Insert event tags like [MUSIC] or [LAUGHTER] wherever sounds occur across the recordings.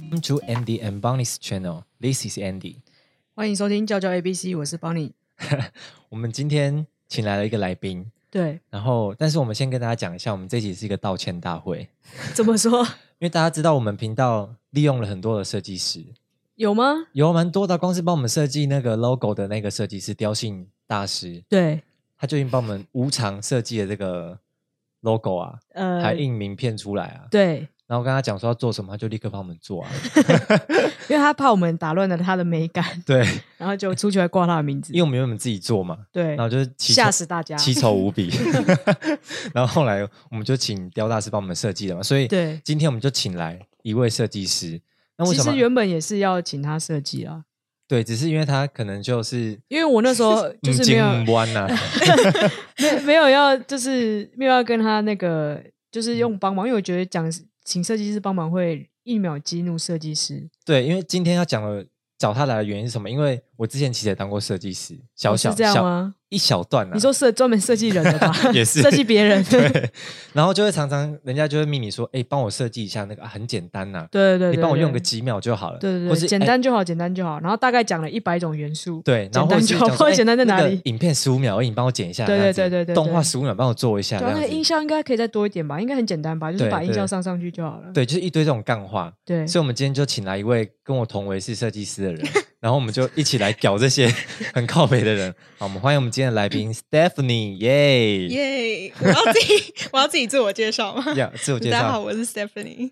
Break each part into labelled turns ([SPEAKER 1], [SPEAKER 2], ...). [SPEAKER 1] Welcome to Andy and Bonnie's channel. This is Andy.
[SPEAKER 2] 欢迎收听教教 A B C，我是邦尼。
[SPEAKER 1] 我们今天请来了一个来宾，
[SPEAKER 2] 对，
[SPEAKER 1] 然后但是我们先跟大家讲一下，我们这集是一个道歉大会，
[SPEAKER 2] 怎么说？
[SPEAKER 1] 因为大家知道我们频道利用了很多的设计师，
[SPEAKER 2] [LAUGHS] 有吗？
[SPEAKER 1] 有蛮多的，光是帮我们设计那个 logo 的那个设计师雕信大师，
[SPEAKER 2] 对，
[SPEAKER 1] 他就已经帮我们无偿设计了这个 logo 啊，
[SPEAKER 2] 呃
[SPEAKER 1] 还印名片出来啊。
[SPEAKER 2] 对，
[SPEAKER 1] 然后跟他讲说要做什么，他就立刻帮我们做啊。
[SPEAKER 2] 因为他怕我们打乱了他的美感， [LAUGHS]
[SPEAKER 1] 对，
[SPEAKER 2] 然后就出去还挂他的名字
[SPEAKER 1] 因为，我们原本自己做嘛，
[SPEAKER 2] 对
[SPEAKER 1] 然，后就是奇
[SPEAKER 2] 吓
[SPEAKER 1] 丑
[SPEAKER 2] 死大家。
[SPEAKER 1] 奇丑无
[SPEAKER 2] [LAUGHS]
[SPEAKER 1] 比。然后后来我们就请雕大师帮我们设计了嘛，所以
[SPEAKER 2] 对
[SPEAKER 1] 今天我们就请来一位设计师。那为
[SPEAKER 2] 其
[SPEAKER 1] 什么
[SPEAKER 2] 实？原本也是要请他设计啦，
[SPEAKER 1] 对，只是因为他可能就是嗯
[SPEAKER 2] 因为我那
[SPEAKER 1] [LAUGHS]
[SPEAKER 2] 时候就是没有
[SPEAKER 1] 弯啊
[SPEAKER 2] [LAUGHS]
[SPEAKER 1] 呐、
[SPEAKER 2] 没没有要，就是没有要跟他那个，就是用帮忙，因为我觉得讲请设计师帮忙会一秒激怒设计师。
[SPEAKER 1] 对，因为今天要讲的找他来的原因是什么？因为我之前其实也当过设计师，小
[SPEAKER 2] 哦
[SPEAKER 1] 小、
[SPEAKER 2] 是这样
[SPEAKER 1] 小
[SPEAKER 2] 吗？
[SPEAKER 1] 一小段啊。？
[SPEAKER 2] 你说设专门设计人的吧
[SPEAKER 1] [LAUGHS] 也是
[SPEAKER 2] 设计别人。对
[SPEAKER 1] [LAUGHS] 对，然后就会常常人家就会命你说，哎、帮我设计一下那个，啊、很简单呐、
[SPEAKER 2] 对对，
[SPEAKER 1] 你帮我
[SPEAKER 2] 对
[SPEAKER 1] 用个
[SPEAKER 2] 对
[SPEAKER 1] 几秒就好了，
[SPEAKER 2] 对对
[SPEAKER 1] 或
[SPEAKER 2] 对，
[SPEAKER 1] 是哎
[SPEAKER 2] 简。
[SPEAKER 1] 诶
[SPEAKER 2] 单就好，简单就好。然后大概讲了一百种元素。
[SPEAKER 1] 对，然
[SPEAKER 2] 简
[SPEAKER 1] 后或
[SPEAKER 2] 单
[SPEAKER 1] 是
[SPEAKER 2] 就好。
[SPEAKER 1] 讲说
[SPEAKER 2] 不知道
[SPEAKER 1] 诶
[SPEAKER 2] 简单在哪
[SPEAKER 1] 那个
[SPEAKER 2] 里？
[SPEAKER 1] 影片十五秒而已，你帮我剪一下。
[SPEAKER 2] 对
[SPEAKER 1] 这样子
[SPEAKER 2] 对对对对
[SPEAKER 1] 动画
[SPEAKER 2] 对
[SPEAKER 1] 十五秒帮我做一下。
[SPEAKER 2] 主
[SPEAKER 1] 这
[SPEAKER 2] 要那
[SPEAKER 1] 样
[SPEAKER 2] 个
[SPEAKER 1] 子
[SPEAKER 2] 音效应该可以再多一点吧，应该很简单吧，就是
[SPEAKER 1] 对
[SPEAKER 2] 把音
[SPEAKER 1] 对
[SPEAKER 2] 效上上去就好了。
[SPEAKER 1] 对，就是一堆这种干话。
[SPEAKER 2] 对
[SPEAKER 1] 所以，我们今天就请来一位跟我同为是设计师的人，然后我们就一起来搞这
[SPEAKER 2] [LAUGHS]
[SPEAKER 1] 些很靠北的人。好，我们欢迎我们今天的来宾 Stephanie，耶！
[SPEAKER 3] 耶！我要自己，我要自己自我
[SPEAKER 2] [LAUGHS]
[SPEAKER 3] 介绍吗？
[SPEAKER 1] 呀，自我介
[SPEAKER 3] 大家好，
[SPEAKER 1] 绍，
[SPEAKER 3] 我是 Stephanie。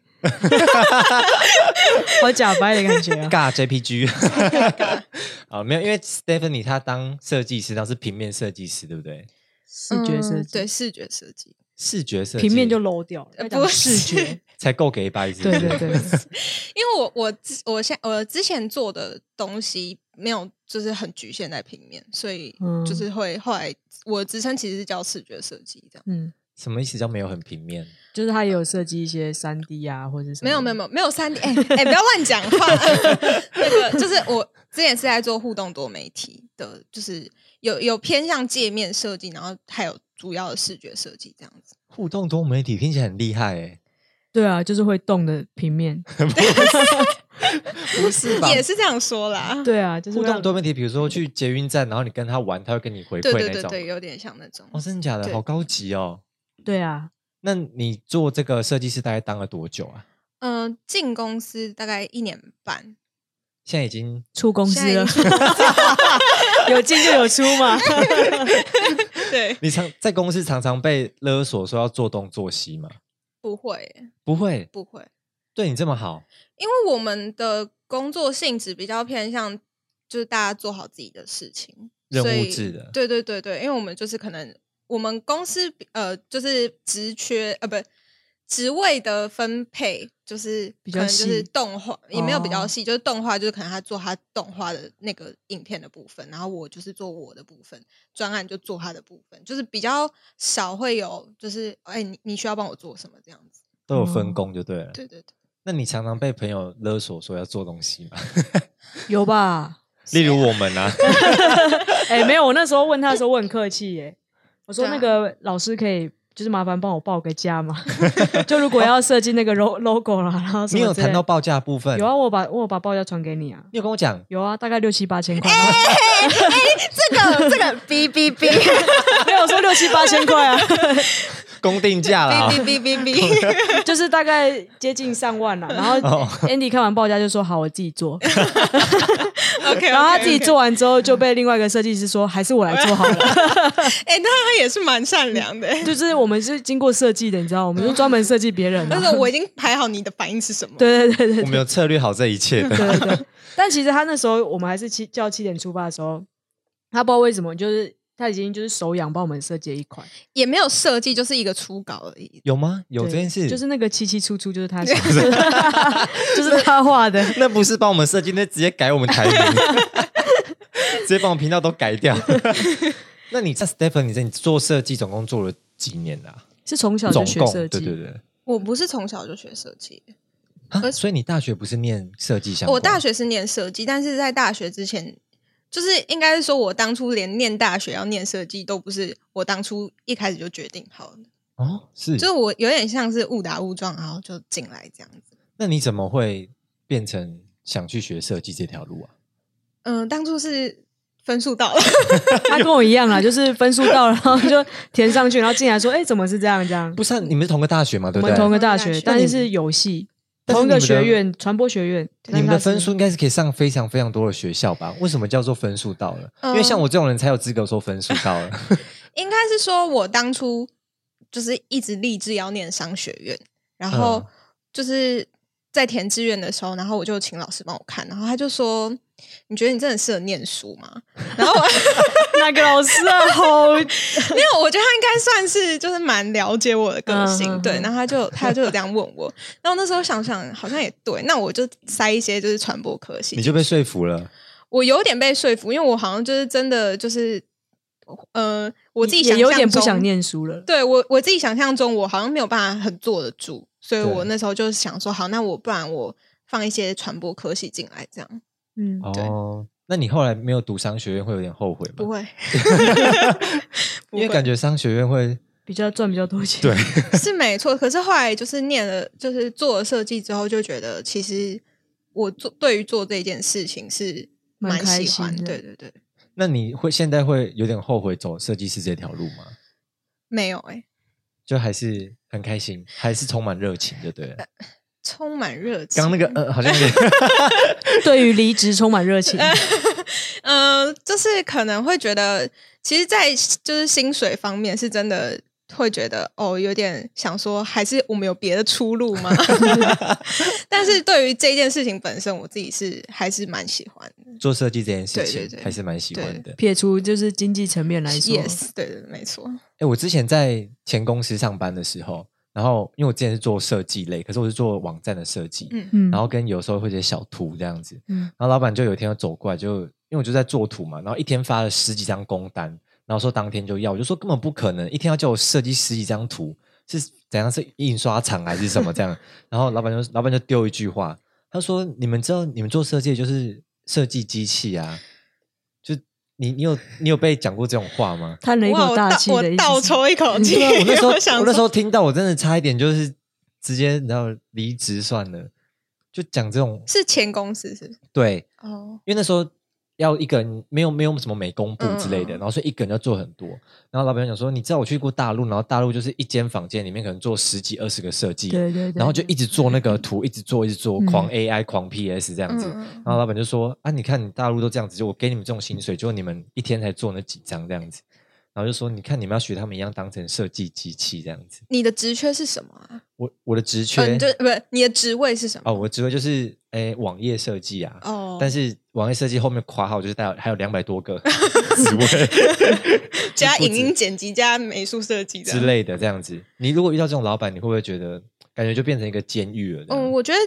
[SPEAKER 2] 好假白的感觉
[SPEAKER 1] [LAUGHS]
[SPEAKER 2] 啊。
[SPEAKER 1] 尬 JPG。啊， [LAUGHS] 没有，因为 Stephanie 她当设计师，她是平面设计师，对不对？
[SPEAKER 2] 视觉设计，
[SPEAKER 3] 嗯对，视觉设计，
[SPEAKER 1] 视觉设计，
[SPEAKER 2] 平面就 low 掉了，
[SPEAKER 3] 呃
[SPEAKER 2] 要讲
[SPEAKER 3] 不
[SPEAKER 2] 视
[SPEAKER 3] 是
[SPEAKER 1] [LAUGHS]
[SPEAKER 2] 觉。
[SPEAKER 1] 才够给白，是不
[SPEAKER 2] 对
[SPEAKER 1] 是
[SPEAKER 2] 对对，
[SPEAKER 3] [LAUGHS] 因为我我之我现我之前做的东西没有就是很局限在平面，所以
[SPEAKER 2] 嗯
[SPEAKER 3] 就是会后来我的职称其实是叫视觉设计这样。
[SPEAKER 2] 嗯，
[SPEAKER 1] 什么意思叫没有很平面？
[SPEAKER 2] 就是他也有设计一些三 D 啊，或者是什么
[SPEAKER 3] 没有没
[SPEAKER 2] 的
[SPEAKER 3] 有没有没有三 [LAUGHS] D，哎哎，不要乱讲话。 [LAUGHS] 那个就是我之前是在做互动多媒体的，就是有有偏向界面设计，然后还有主要的视觉设计这样子。
[SPEAKER 1] 互动多媒体听起来很厉害哎，
[SPEAKER 2] 对啊，就是会动的平面。
[SPEAKER 3] [LAUGHS]
[SPEAKER 1] 不是吧？
[SPEAKER 3] 也是这样说啦。
[SPEAKER 2] 对啊，就是
[SPEAKER 1] 互
[SPEAKER 2] 会
[SPEAKER 1] 动
[SPEAKER 2] 让
[SPEAKER 1] 多媒体，比如说去捷运站，然后你跟他玩，他会跟你回馈
[SPEAKER 3] 对对
[SPEAKER 1] 那
[SPEAKER 3] 对
[SPEAKER 1] 种。
[SPEAKER 3] 对，有点像那种。
[SPEAKER 1] 哦，真的假的？
[SPEAKER 3] 对
[SPEAKER 1] 好高级哦！
[SPEAKER 2] 对啊，
[SPEAKER 1] 那你做这个设计师大概当了多久啊？
[SPEAKER 3] 嗯、进公司大概一年半，
[SPEAKER 1] 现在已经
[SPEAKER 2] 出公司
[SPEAKER 3] 现在
[SPEAKER 2] 了
[SPEAKER 3] 已，
[SPEAKER 1] 啊
[SPEAKER 3] 经
[SPEAKER 1] [LAUGHS]
[SPEAKER 2] 有进就有出
[SPEAKER 3] [LAUGHS]
[SPEAKER 2] 嘛。
[SPEAKER 3] 对，
[SPEAKER 1] 你常在公司常常被勒索说要做东做西吗？
[SPEAKER 3] 不会
[SPEAKER 1] 不会，
[SPEAKER 3] 不会，
[SPEAKER 1] 对你这么好，
[SPEAKER 3] 因为我们的工作性质比较偏向就是大家做好自己的事情，
[SPEAKER 1] 任
[SPEAKER 3] 所
[SPEAKER 1] 务
[SPEAKER 3] 以
[SPEAKER 1] 制的
[SPEAKER 3] 对对对对，因为我们就是可能我们公司比呃就是职缺呃不职位的分配就是
[SPEAKER 2] 比
[SPEAKER 3] 可
[SPEAKER 2] 较
[SPEAKER 3] 能就是
[SPEAKER 2] 细
[SPEAKER 3] 动画也没有比较
[SPEAKER 2] 哦
[SPEAKER 3] 细，就是动画就是可能他做他动画的那个影片的部分，然后我就是做我的部分，专案就做他的部分，就是比较少会有就是哎、你你需要帮我做什么这样子，
[SPEAKER 1] 都有分工就对了。
[SPEAKER 3] 对对对， [LAUGHS]
[SPEAKER 1] 那你常常被朋友勒索说要做东西吗？
[SPEAKER 2] 有吧？
[SPEAKER 1] 例如我们啊，
[SPEAKER 2] [LAUGHS] 哎、没有，我那时候问他的时候，我很客气耶、我说
[SPEAKER 3] 对啊
[SPEAKER 2] 那个老师可以，就是麻烦帮我报个价吗？ [LAUGHS] 就如果要设计那个 lo- logo 啦，然后什
[SPEAKER 1] 你
[SPEAKER 2] 么
[SPEAKER 1] 有
[SPEAKER 2] 之类
[SPEAKER 1] 谈到报价的部分，
[SPEAKER 2] 有啊，，我把我有把报价传给你啊，
[SPEAKER 1] 你有跟我讲，
[SPEAKER 2] 有啊，大概六七八千块，
[SPEAKER 3] 哎这个这个哔哔哔
[SPEAKER 2] [LAUGHS]
[SPEAKER 3] 哔
[SPEAKER 2] 没有我说六七八千块啊， [LAUGHS]
[SPEAKER 1] 公定价啦。
[SPEAKER 3] 哔哔哔哔，
[SPEAKER 2] 就是大概接近上万了。然后
[SPEAKER 1] 哦
[SPEAKER 2] Andy 看完报价就说好，我自己
[SPEAKER 3] [LAUGHS]
[SPEAKER 2] 做，
[SPEAKER 3] OK，
[SPEAKER 2] 然后他自己做完之后就被另外一个设计师说还是我来做好了， [LAUGHS]
[SPEAKER 3] 哎、那他也是蛮善良的、
[SPEAKER 2] 就是我们是经过设计的，你知道，我们是专门设计别
[SPEAKER 3] [LAUGHS]
[SPEAKER 2] 人的、
[SPEAKER 3] 但是我已经排好你的反应是什么。
[SPEAKER 2] 对对对对
[SPEAKER 1] 我们有策略好这一切
[SPEAKER 2] [LAUGHS]
[SPEAKER 1] 的，
[SPEAKER 2] 对对对。但其实他那时候我们还是七叫七点出发的时候，他不知道为什么，就是他已经就是手痒帮我们设计了一款，
[SPEAKER 3] 也没有设计，就是一个初稿而已。
[SPEAKER 1] 有吗？有
[SPEAKER 2] 对
[SPEAKER 1] 这件事，
[SPEAKER 2] 就是那个七七出出就是他想， [LAUGHS] 就是他画的。
[SPEAKER 1] [LAUGHS] 那不是帮我们设计，那直接改我们
[SPEAKER 2] [LAUGHS]
[SPEAKER 1] 台名，直接把我们频道都改掉。 [LAUGHS] 那你在 Stephen，你在你做设计总共做了几年啊？
[SPEAKER 2] 是从小
[SPEAKER 1] 总
[SPEAKER 2] 就学
[SPEAKER 1] 共对
[SPEAKER 2] 设
[SPEAKER 1] 对
[SPEAKER 2] 计，
[SPEAKER 1] 对。
[SPEAKER 3] 我不是从小就学设计，
[SPEAKER 2] 呃
[SPEAKER 1] 啊所以你大学不是念设计相关？
[SPEAKER 3] 我大学是念设计，但是在大学之前，就是应该是说我当初连念大学要念设计都不是我当初一开始就决定好的，
[SPEAKER 1] 哦，是
[SPEAKER 3] 就是我有点像是误打误撞，然后就进来这样子。
[SPEAKER 1] 那你怎么会变成想去学设计这条路啊？
[SPEAKER 3] 嗯、当初是分数到了，
[SPEAKER 2] 他跟我一样啊，就是分数到了，然后就填上去，然后进来说，哎，怎么是这样这样？
[SPEAKER 1] 不是啊、你们是同个大学嘛，对
[SPEAKER 2] 我
[SPEAKER 1] 不
[SPEAKER 2] 们
[SPEAKER 1] 对？
[SPEAKER 2] 同个
[SPEAKER 3] 同
[SPEAKER 2] 大
[SPEAKER 3] 个大
[SPEAKER 2] 学
[SPEAKER 3] 学，
[SPEAKER 2] 但
[SPEAKER 1] 那
[SPEAKER 2] 是
[SPEAKER 1] 你
[SPEAKER 2] 是游戏，
[SPEAKER 1] 但是
[SPEAKER 2] 同一个
[SPEAKER 1] 你们的
[SPEAKER 2] 学院，传播学院。
[SPEAKER 1] 你们的
[SPEAKER 2] 但是它是
[SPEAKER 1] 分数应该是可以上非常非常多的学校吧？为什么叫做分数到了？
[SPEAKER 2] 呃
[SPEAKER 1] 因为像我这种人才有资格说分数到
[SPEAKER 2] [LAUGHS]
[SPEAKER 1] 了。
[SPEAKER 3] 应该是说我当初就是一直立志要念商学院，然后
[SPEAKER 1] 嗯
[SPEAKER 3] 就是在填志愿的时候，然后我就请老师帮我看，然后他就说：“你觉得你真的适合念书吗？” [LAUGHS] 然后我
[SPEAKER 2] 那个老师啊，好， [LAUGHS]
[SPEAKER 3] 没有，我觉得他应该算是就是蛮了解我的个性，
[SPEAKER 2] 嗯嗯
[SPEAKER 3] 对
[SPEAKER 2] 嗯。
[SPEAKER 3] 然后他就他就有这样问我，然后那时候想想好像也对，那我就塞一些就是传播科系，
[SPEAKER 1] 你就被说服了，
[SPEAKER 3] 我有点被说服，因为我好像就是真的就是呃，我自己
[SPEAKER 2] 也
[SPEAKER 3] 想
[SPEAKER 2] 有点
[SPEAKER 3] 象
[SPEAKER 2] 不
[SPEAKER 3] 中
[SPEAKER 2] 想念书了。
[SPEAKER 3] 对我我自己想象中，我好像没有办法很坐得住，所以
[SPEAKER 1] 对
[SPEAKER 3] 我那时候就是想说，好，那我不然我放一些传播科系进来，这样
[SPEAKER 2] 嗯，
[SPEAKER 3] 对
[SPEAKER 1] 哦，那你后来没有读商学院会有点后悔
[SPEAKER 3] 不
[SPEAKER 1] 吗？
[SPEAKER 3] 会，不
[SPEAKER 1] 因为
[SPEAKER 3] 会
[SPEAKER 1] 感觉商学院会
[SPEAKER 2] 比较赚比较多钱。
[SPEAKER 1] 对
[SPEAKER 3] [LAUGHS] 是没错。可是后来就是念了，就是做了设计之后，就觉得其实我做对于做这件事情是
[SPEAKER 2] 蛮
[SPEAKER 3] 蛮
[SPEAKER 2] 开
[SPEAKER 3] 喜欢，
[SPEAKER 2] 心的
[SPEAKER 3] 对对对，
[SPEAKER 1] 那你会现在会有点后悔走设计师这条路吗？
[SPEAKER 3] 没有哎、
[SPEAKER 1] 就还是很开心，还是充满热情，就对
[SPEAKER 3] 呃
[SPEAKER 1] 了。
[SPEAKER 3] 充满热情。
[SPEAKER 1] 刚那个呃，好像有点
[SPEAKER 3] [LAUGHS]
[SPEAKER 2] 对于离职充满热情。
[SPEAKER 3] 哎呃，就是可能会觉得，其实，在就是薪水方面，是真的会觉得哦，有点想说，还是我们有别的出路吗？ [LAUGHS] 但是对于这件事情本身，我自己是还是蛮喜欢的。
[SPEAKER 1] 做设计这件事
[SPEAKER 3] 对
[SPEAKER 1] 情
[SPEAKER 3] 对对
[SPEAKER 1] 还是蛮喜欢的。
[SPEAKER 2] 撇除就是经济层面来说
[SPEAKER 3] Yes，对对，对没错。
[SPEAKER 1] 哎，我之前在前公司上班的时候，然后因为我之前是做设计类，可是我是做网站的设计，
[SPEAKER 3] 嗯
[SPEAKER 2] 嗯，
[SPEAKER 1] 然后跟有时候会写小图这样子。
[SPEAKER 2] 嗯
[SPEAKER 1] 然后老板就有一天要走过来，就因为我就在做图嘛，然后一天发了十几张工单，然后说当天就要，我就说根本不可能，一天要叫我设计十几张图，是怎样是印刷厂还是什么这样？ [LAUGHS] 然后老板就老板就丢一句话，他说：“你们知道你们做设计就是设计机器啊，就你你有你有被讲过这种话吗？”
[SPEAKER 2] 叹了一
[SPEAKER 3] 哇，
[SPEAKER 2] 口
[SPEAKER 3] 我倒
[SPEAKER 2] 气
[SPEAKER 3] 我
[SPEAKER 2] 的意
[SPEAKER 3] 倒
[SPEAKER 2] 思是。
[SPEAKER 3] 抽一口气，
[SPEAKER 1] 对啊，我那时候
[SPEAKER 3] 想
[SPEAKER 1] 我那时
[SPEAKER 3] 候
[SPEAKER 1] 候听到，我真的差一点就是直接然后离职算了，就讲这种
[SPEAKER 3] 是前公司是不是
[SPEAKER 1] 对，
[SPEAKER 3] 哦，
[SPEAKER 1] 因为那时候要一个人没有没有什么美工部之类的，
[SPEAKER 3] 嗯嗯
[SPEAKER 1] 然
[SPEAKER 3] 嗯
[SPEAKER 1] 后所以一个人要做很多。然后老板讲说，你知道我去过大陆，然后大陆就是一间房间里面可能做十几二十个设计，
[SPEAKER 2] 对对对，
[SPEAKER 1] 然后就一直做那个图，一直做一直做，
[SPEAKER 2] 嗯
[SPEAKER 1] 狂 AI 狂 PS 这样子。
[SPEAKER 3] 嗯嗯
[SPEAKER 1] 然后老板就说：“啊，你看你大陆都这样子，就我给你们这种薪水，就你们一天才做那几张这样子。”然后就说：“你看你们要学他们一样，当成设计机器这样子。
[SPEAKER 3] 你的职缺是什么啊？
[SPEAKER 1] 我”我的职缺、
[SPEAKER 3] 嗯，你就不是你的职位是什么？
[SPEAKER 1] 哦，我的职位就是诶网页设计啊。
[SPEAKER 3] 哦，
[SPEAKER 1] 但是网页设计后面括号就是带有还有两百多
[SPEAKER 3] [LAUGHS]
[SPEAKER 1] 个职位
[SPEAKER 3] 加
[SPEAKER 1] 不止
[SPEAKER 3] 影音剪辑加美术设计这
[SPEAKER 1] 之
[SPEAKER 3] 样
[SPEAKER 1] 类的，这样子。你如果遇到这种老板，你会不会觉得感觉就变成一个监狱了？
[SPEAKER 3] 嗯，
[SPEAKER 1] 嗯，
[SPEAKER 3] 我觉得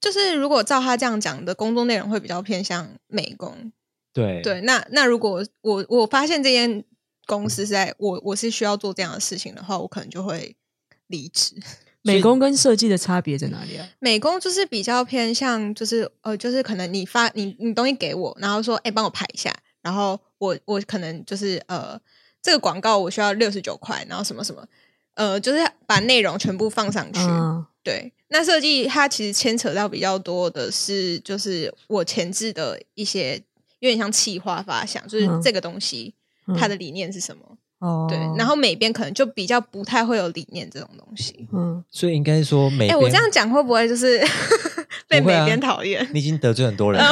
[SPEAKER 3] 就是如果照他这样讲的，工作内容会比较偏向美工。
[SPEAKER 1] 对
[SPEAKER 3] 对，那那如果我我发现这间公司是在我我是需要做这样的事情的话，我可能就会离职。
[SPEAKER 2] 美工跟设计的差别在哪里啊？
[SPEAKER 3] 美工就是比较偏向就是呃，就是可能你发你你东西给我，然后说哎帮我拍一下，然后我我可能就是呃这个广告我需要六十九块，然后什么什么。呃，就是把内容全部放上去，
[SPEAKER 2] 嗯，
[SPEAKER 3] 对，那设计它其实牵扯到比较多的是，就是我前置的一些有点像企划发想，就是
[SPEAKER 2] 嗯
[SPEAKER 3] 这个东西、
[SPEAKER 2] 嗯
[SPEAKER 3] 它的理念是什么。
[SPEAKER 2] 哦，
[SPEAKER 3] 对，然后美编可能就比较不太会有理念这种东西。
[SPEAKER 2] 嗯，
[SPEAKER 1] 所以应该说美
[SPEAKER 3] 哎、
[SPEAKER 1] 编，
[SPEAKER 3] 我这样讲会不会就是 [LAUGHS] 被
[SPEAKER 1] 不
[SPEAKER 3] 美
[SPEAKER 1] 会啊
[SPEAKER 3] 编讨厌？嗯
[SPEAKER 1] 你已经得罪很多人了。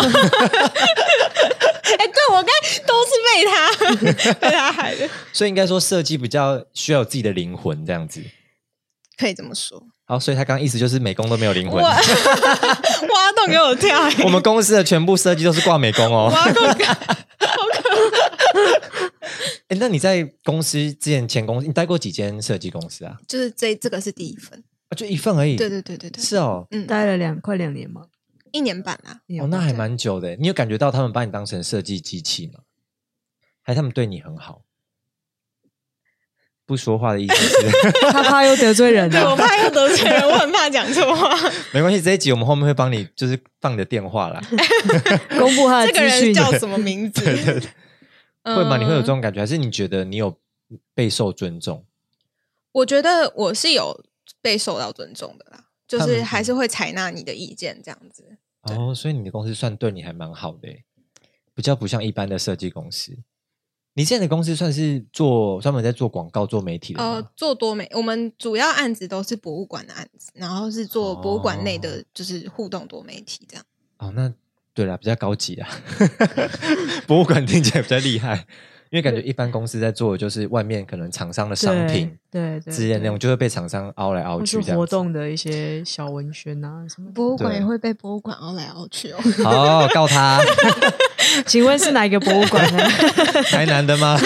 [SPEAKER 3] 哎、对我刚才都是被他被他害的，
[SPEAKER 1] [LAUGHS] 所以应该说设计比较需要有自己的灵魂，这样子。
[SPEAKER 3] 可以这么说。
[SPEAKER 1] 好，所以他刚刚意思就是美工都没有灵
[SPEAKER 3] 我
[SPEAKER 1] 魂。
[SPEAKER 3] 挖洞给我跳、哎
[SPEAKER 1] 我们公司的全部设计都是挂美工哦。
[SPEAKER 3] 挖洞给
[SPEAKER 1] 哎，那你在公司之前前公司，你待过几间设计公司啊？
[SPEAKER 3] [LAUGHS] 就是这这个是第一份。
[SPEAKER 1] 啊，就一份而已。
[SPEAKER 3] 对对对对对，
[SPEAKER 1] 是哦，
[SPEAKER 3] 嗯，
[SPEAKER 2] 待了两快两年嘛，
[SPEAKER 3] 一年半啦、
[SPEAKER 1] 哦，那还蛮久的。你有感觉到他们把你当成设计机器吗？还是他们对你很好？不说话的意思
[SPEAKER 3] [LAUGHS]
[SPEAKER 1] 是，
[SPEAKER 2] 他怕又得罪人
[SPEAKER 3] 对 [LAUGHS] 我
[SPEAKER 2] 了。
[SPEAKER 3] 怕又得罪人，我很怕讲错 [LAUGHS] 话。
[SPEAKER 1] 没关系，这一集我们后面会帮你就是放你的电
[SPEAKER 3] [LAUGHS]
[SPEAKER 1] 话啦，
[SPEAKER 2] 公布他的
[SPEAKER 3] 这个
[SPEAKER 2] 资
[SPEAKER 3] 人
[SPEAKER 2] 讯，
[SPEAKER 3] 叫什么名字？
[SPEAKER 1] 会吗？你会有
[SPEAKER 3] 嗯
[SPEAKER 1] 这种感觉，还是你觉得你有备受尊重？
[SPEAKER 3] 我觉得我是有被受到尊重的啦，就
[SPEAKER 1] 他
[SPEAKER 3] 是
[SPEAKER 1] 们
[SPEAKER 3] 还是会采纳你的意见这样子。对
[SPEAKER 1] 哦，所以你的公司算对你还蛮好的欸，比较不像一般的设计公司。你现在的公司算是做专门在做广告、做媒体的吗？
[SPEAKER 3] 呃，做多媒，我们主要案子都是博物馆的案子，然后是做博物馆内的就是互动多媒体这样。
[SPEAKER 1] 哦，那对啦，比较高级啦。啊 [LAUGHS] 博物馆听起来比较厉害，因为感觉一般公司在做的就是外面可能厂商的商品
[SPEAKER 2] 对对
[SPEAKER 1] 之类的内容，
[SPEAKER 2] 对
[SPEAKER 1] 就会被厂商凹来凹
[SPEAKER 2] 或
[SPEAKER 1] 去
[SPEAKER 2] 是
[SPEAKER 1] 这样子。
[SPEAKER 2] 活动的一些小文宣啊什么的。
[SPEAKER 3] 博物
[SPEAKER 1] 馆也
[SPEAKER 3] 会被博物馆凹来凹去哦。
[SPEAKER 1] 好告他，
[SPEAKER 2] 请问是哪一个博物馆
[SPEAKER 1] [LAUGHS]
[SPEAKER 2] 呢？
[SPEAKER 1] 台南的吗？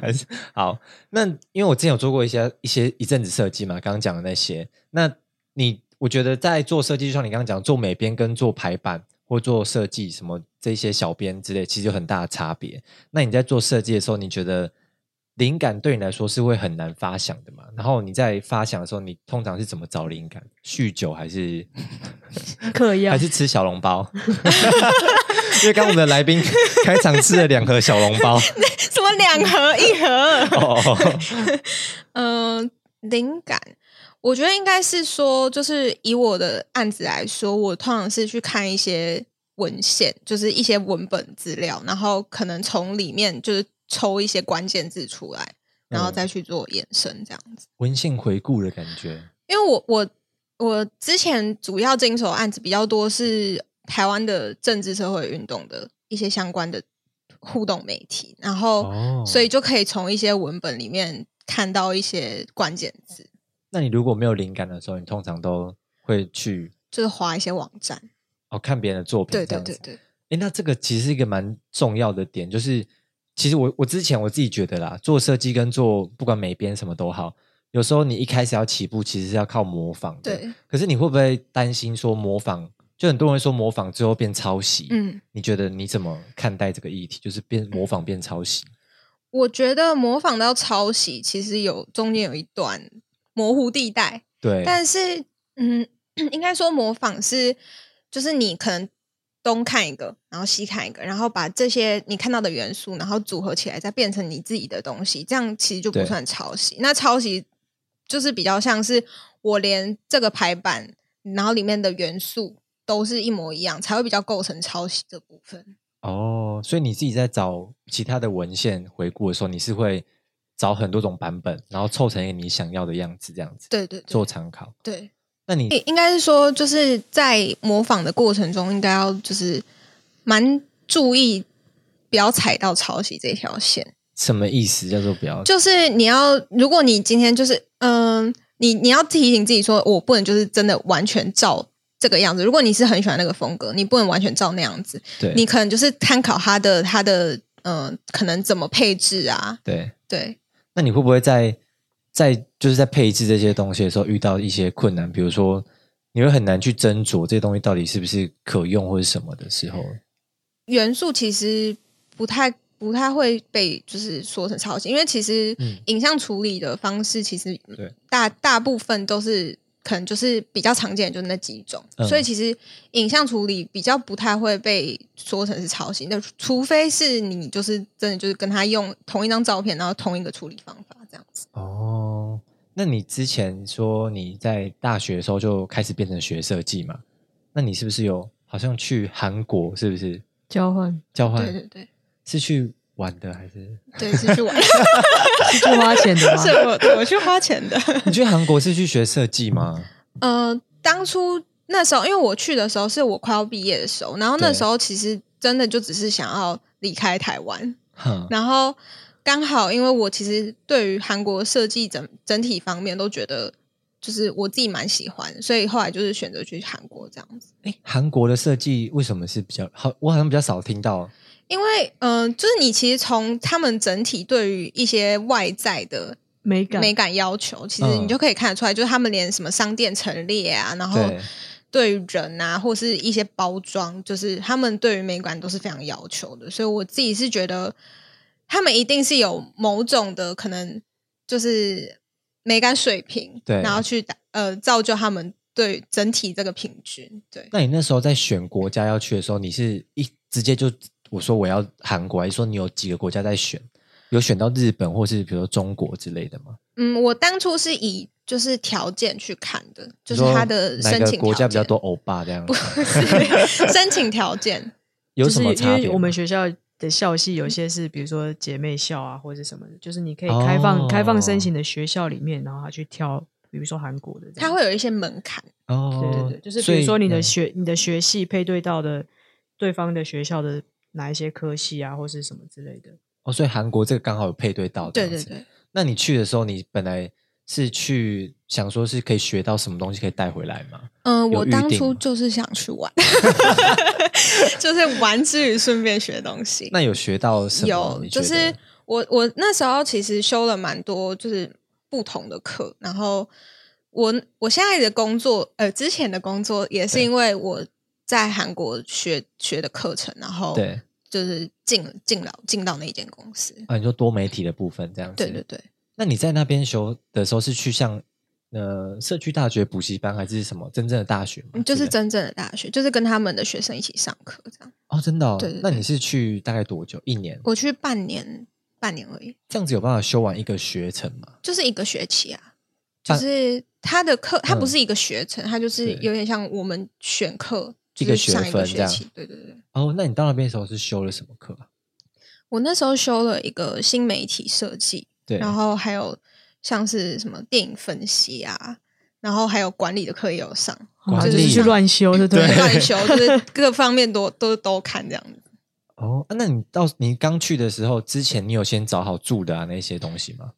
[SPEAKER 1] 还是好？那因为我之前有做过一些一些一阵子设计嘛，刚刚讲的那些。那你我觉得在做设计，就像你刚刚讲做美编跟做排版或做设计什么这些小编之类，其实有很大的差别。那你在做设计的时候，你觉得灵感对你来说是会很难发想的嘛？然后你在发想的时候，你通常是怎么找灵感？酗酒还是
[SPEAKER 2] 嗑药
[SPEAKER 1] 还是吃小笼包？ [LAUGHS] 因为刚刚我们的来宾开场吃了两盒小笼
[SPEAKER 3] [LAUGHS]
[SPEAKER 1] 包，
[SPEAKER 3] [LAUGHS] 什么两盒一盒？
[SPEAKER 1] 哦哦 [LAUGHS] 哦
[SPEAKER 3] 嗯、灵感，我觉得应该是说，就是以我的案子来说，我通常是去看一些文献，就是一些文本资料，然后可能从里面就是抽一些关键字出来，然后
[SPEAKER 1] 嗯
[SPEAKER 3] 再去做延伸这样子。
[SPEAKER 1] 文献回顾的感觉。
[SPEAKER 3] 因为我我我之前主要经手的案子比较多是台湾的政治社会运动的一些相关的互动媒体，然后、
[SPEAKER 1] 哦
[SPEAKER 3] 所以就可以从一些文本里面看到一些关键字，
[SPEAKER 1] 那你如果没有灵感的时候，你通常都会去
[SPEAKER 3] 就是划一些网站。
[SPEAKER 1] 哦看别人的作品，
[SPEAKER 3] 对
[SPEAKER 1] 这
[SPEAKER 3] 对
[SPEAKER 1] 样子
[SPEAKER 3] 对。对，
[SPEAKER 1] 诶，那这个其实是一个蛮重要的点，就是其实我我之前我自己觉得啦，做设计跟做不管美编什么都好，有时候你一开始要起步，其实是要靠模仿的。
[SPEAKER 3] 对，
[SPEAKER 1] 可是你会不会担心说模仿？就很多人说模仿之后变抄袭，
[SPEAKER 3] 嗯。
[SPEAKER 1] 你觉得你怎么看待这个议题？就是变模仿变抄袭？
[SPEAKER 3] 我觉得模仿到抄袭，其实有中间有一段模糊地带，
[SPEAKER 1] 对，
[SPEAKER 3] 但是，嗯， [CLEARS THROAT] 应该说模仿是，就是你可能东看一个，然后西看一个，然后把这些你看到的元素，然后组合起来，再变成你自己的东西，这样其实就不
[SPEAKER 1] 对
[SPEAKER 3] 算抄袭。那抄袭就是比较像是我连这个排版，然后里面的元素都是一模一样，才会比较构成抄袭这部分。
[SPEAKER 1] 哦，所以你自己在找其他的文献回顾的时候，你是会找很多种版本，然后凑成一个你想要的样子，这样子
[SPEAKER 3] 对对
[SPEAKER 1] 做
[SPEAKER 3] 对
[SPEAKER 1] 参考。
[SPEAKER 3] 对。
[SPEAKER 1] 那你
[SPEAKER 3] 应应该是说，就是在模仿的过程中，应该要就是蛮注意，不要踩到抄袭这条线。
[SPEAKER 1] 什么意思叫做不要？
[SPEAKER 3] 就是你要，如果你今天就是嗯、你你要提醒自己说，我不能就是真的完全照这个样子。如果你是很喜欢那个风格，你不能完全照那样子，
[SPEAKER 1] 对，
[SPEAKER 3] 你可能就是参考他的他的嗯、呃可能怎么配置啊，
[SPEAKER 1] 对，
[SPEAKER 3] 对。
[SPEAKER 1] 那你会不会在在就是在配置这些东西的时候遇到一些困难？比如说，你会很难去斟酌这些东西到底是不是可用或者什么的时候？
[SPEAKER 3] 元素其实不太不太会被就是说成抄袭，因为其实
[SPEAKER 1] 嗯
[SPEAKER 3] 影像处理的方式其实
[SPEAKER 1] 对
[SPEAKER 3] 大大部分都是可能就是比较常见的就是那几种，
[SPEAKER 1] 嗯
[SPEAKER 3] 所以其实影像处理比较不太会被说成是抄袭，那除非是你就是真的就是跟他用同一张照片，然后同一个处理方法这样子。
[SPEAKER 1] 哦，那你之前说你在大学的时候就开始变成学设计嘛？那你是不是有好像去韩国？是不是
[SPEAKER 2] 交换
[SPEAKER 1] 交换？
[SPEAKER 3] 对对对
[SPEAKER 1] 是去玩的还是？
[SPEAKER 3] 对，是去玩，
[SPEAKER 2] 是去花钱的吗
[SPEAKER 3] [LAUGHS] 是？我对我去花钱的。
[SPEAKER 1] 你去韩国是去学设计吗？
[SPEAKER 3] 呃，当初那时候，因为我去的时候是我快要毕业的时候，然后那
[SPEAKER 1] 对
[SPEAKER 3] 时候其实真的就只是想要离开台湾，
[SPEAKER 1] 哼，
[SPEAKER 3] 然后刚好因为我其实对于韩国设计整整体方面都觉得。就是我自己蛮喜欢，所以后来就是选择去韩国这样子。
[SPEAKER 1] 哎，韩国的设计为什么是比较好？我好像比较少听
[SPEAKER 3] 哦
[SPEAKER 1] 到。
[SPEAKER 3] 因为，嗯、就是你其实从他们整体对于一些外在的
[SPEAKER 2] 美感
[SPEAKER 3] 美感要求，其实
[SPEAKER 1] 嗯
[SPEAKER 3] 你就可以看得出来，就是他们连什么商店陈列啊，然后
[SPEAKER 1] 对，
[SPEAKER 3] 对于人啊，或是一些包装，就是他们对于美感都是非常要求的。所以我自己是觉得他们一定是有某种的可能就是美感水平，
[SPEAKER 1] 对
[SPEAKER 3] 然后去打呃造就他们对整体这个平均，对，
[SPEAKER 1] 那你那时候在选国家要去的时候，你是一直接就我说我要韩国，还是说你有几个国家在选？有选到日本或是比如说中国之类的吗？
[SPEAKER 3] 嗯，我当初是以就是条件去看的，就是
[SPEAKER 1] 你说
[SPEAKER 3] 他的
[SPEAKER 1] 哪
[SPEAKER 3] 申
[SPEAKER 1] 个
[SPEAKER 3] 请
[SPEAKER 1] 国家
[SPEAKER 3] 条
[SPEAKER 1] 比较
[SPEAKER 3] 件
[SPEAKER 1] 多欧巴这样
[SPEAKER 3] 不？是 [LAUGHS] 申请条件，
[SPEAKER 1] 有
[SPEAKER 2] 就是
[SPEAKER 1] 什么
[SPEAKER 2] 因
[SPEAKER 1] 差别
[SPEAKER 2] 为
[SPEAKER 1] 吗？
[SPEAKER 2] 我们学校的校系有些是，比如说姐妹校啊，或者什么的，就是你可以开放、开放
[SPEAKER 1] 哦
[SPEAKER 2] 申请的学校里面，然后他去挑，比如说韩国的这样，
[SPEAKER 3] 它会有一些门槛。
[SPEAKER 1] 哦，
[SPEAKER 2] 对对对，就是
[SPEAKER 1] 所
[SPEAKER 2] 比
[SPEAKER 1] 以
[SPEAKER 2] 如说你的
[SPEAKER 1] 嗯
[SPEAKER 2] 学、你的学系配对到的对方的学校的哪一些科系啊，或是什么之类的。
[SPEAKER 1] 哦，所以韩国这个刚好有配对到，
[SPEAKER 3] 对对。对，
[SPEAKER 1] 那你去的时候，你本来是去想说是可以学到什么东西可以带回来吗？
[SPEAKER 3] 嗯、
[SPEAKER 1] 有
[SPEAKER 3] 我
[SPEAKER 1] 预
[SPEAKER 3] 当
[SPEAKER 1] 定
[SPEAKER 3] 初
[SPEAKER 1] 吗
[SPEAKER 3] 就是想去玩， [LAUGHS] 就是玩之余顺便学东西。
[SPEAKER 1] 那有学到什么？
[SPEAKER 3] 有
[SPEAKER 1] 你，觉
[SPEAKER 3] 就
[SPEAKER 1] 得
[SPEAKER 3] 是我我那时候其实修了蛮多就是不同的课，然后我我现在的工作呃之前的工作也是
[SPEAKER 1] 对
[SPEAKER 3] 因为我在韩国学学的课程，然后
[SPEAKER 1] 对
[SPEAKER 3] 就是进进到进到那一间公司。
[SPEAKER 1] 啊，你说多媒体的部分这样子。
[SPEAKER 3] 对对对，
[SPEAKER 1] 那你在那边修的时候是去像呃社区大学补习班，还是什么真正的大学吗？
[SPEAKER 3] 嗯就
[SPEAKER 1] 之类
[SPEAKER 3] 是
[SPEAKER 1] 的
[SPEAKER 3] 真正的大学，就是跟他们的学生一起上课这样。
[SPEAKER 1] 哦，真的、哦。
[SPEAKER 3] 对对对
[SPEAKER 1] 那你是去大概多久？一年？
[SPEAKER 3] 我去半年，半年而已，
[SPEAKER 1] 这样子有办法修完一个学程吗？
[SPEAKER 3] 就是一个学期啊。就
[SPEAKER 1] 半
[SPEAKER 3] 是他的课，他不
[SPEAKER 1] 嗯
[SPEAKER 3] 是一个学程，他就是
[SPEAKER 1] 对
[SPEAKER 3] 有点像我们选课，
[SPEAKER 1] 一
[SPEAKER 3] 就
[SPEAKER 1] 个
[SPEAKER 3] 是
[SPEAKER 1] 学
[SPEAKER 3] 上一个
[SPEAKER 1] 分这
[SPEAKER 3] 学
[SPEAKER 1] 样
[SPEAKER 3] 期。对对对，
[SPEAKER 1] 哦，那你到那边的时候是修了什么课啊？
[SPEAKER 3] 我那时候修了一个新媒体设计，
[SPEAKER 1] 对，
[SPEAKER 3] 然后还有像是什么电影分析啊，然后还有管理的课也有上，
[SPEAKER 1] 管
[SPEAKER 2] 就
[SPEAKER 1] 理啊
[SPEAKER 2] 是去乱修，对不对？
[SPEAKER 3] 乱修就是各方面都都都看这样子。
[SPEAKER 1] 哦、啊那你到你刚去的时候之前，你有先找好住的啊那些东西吗？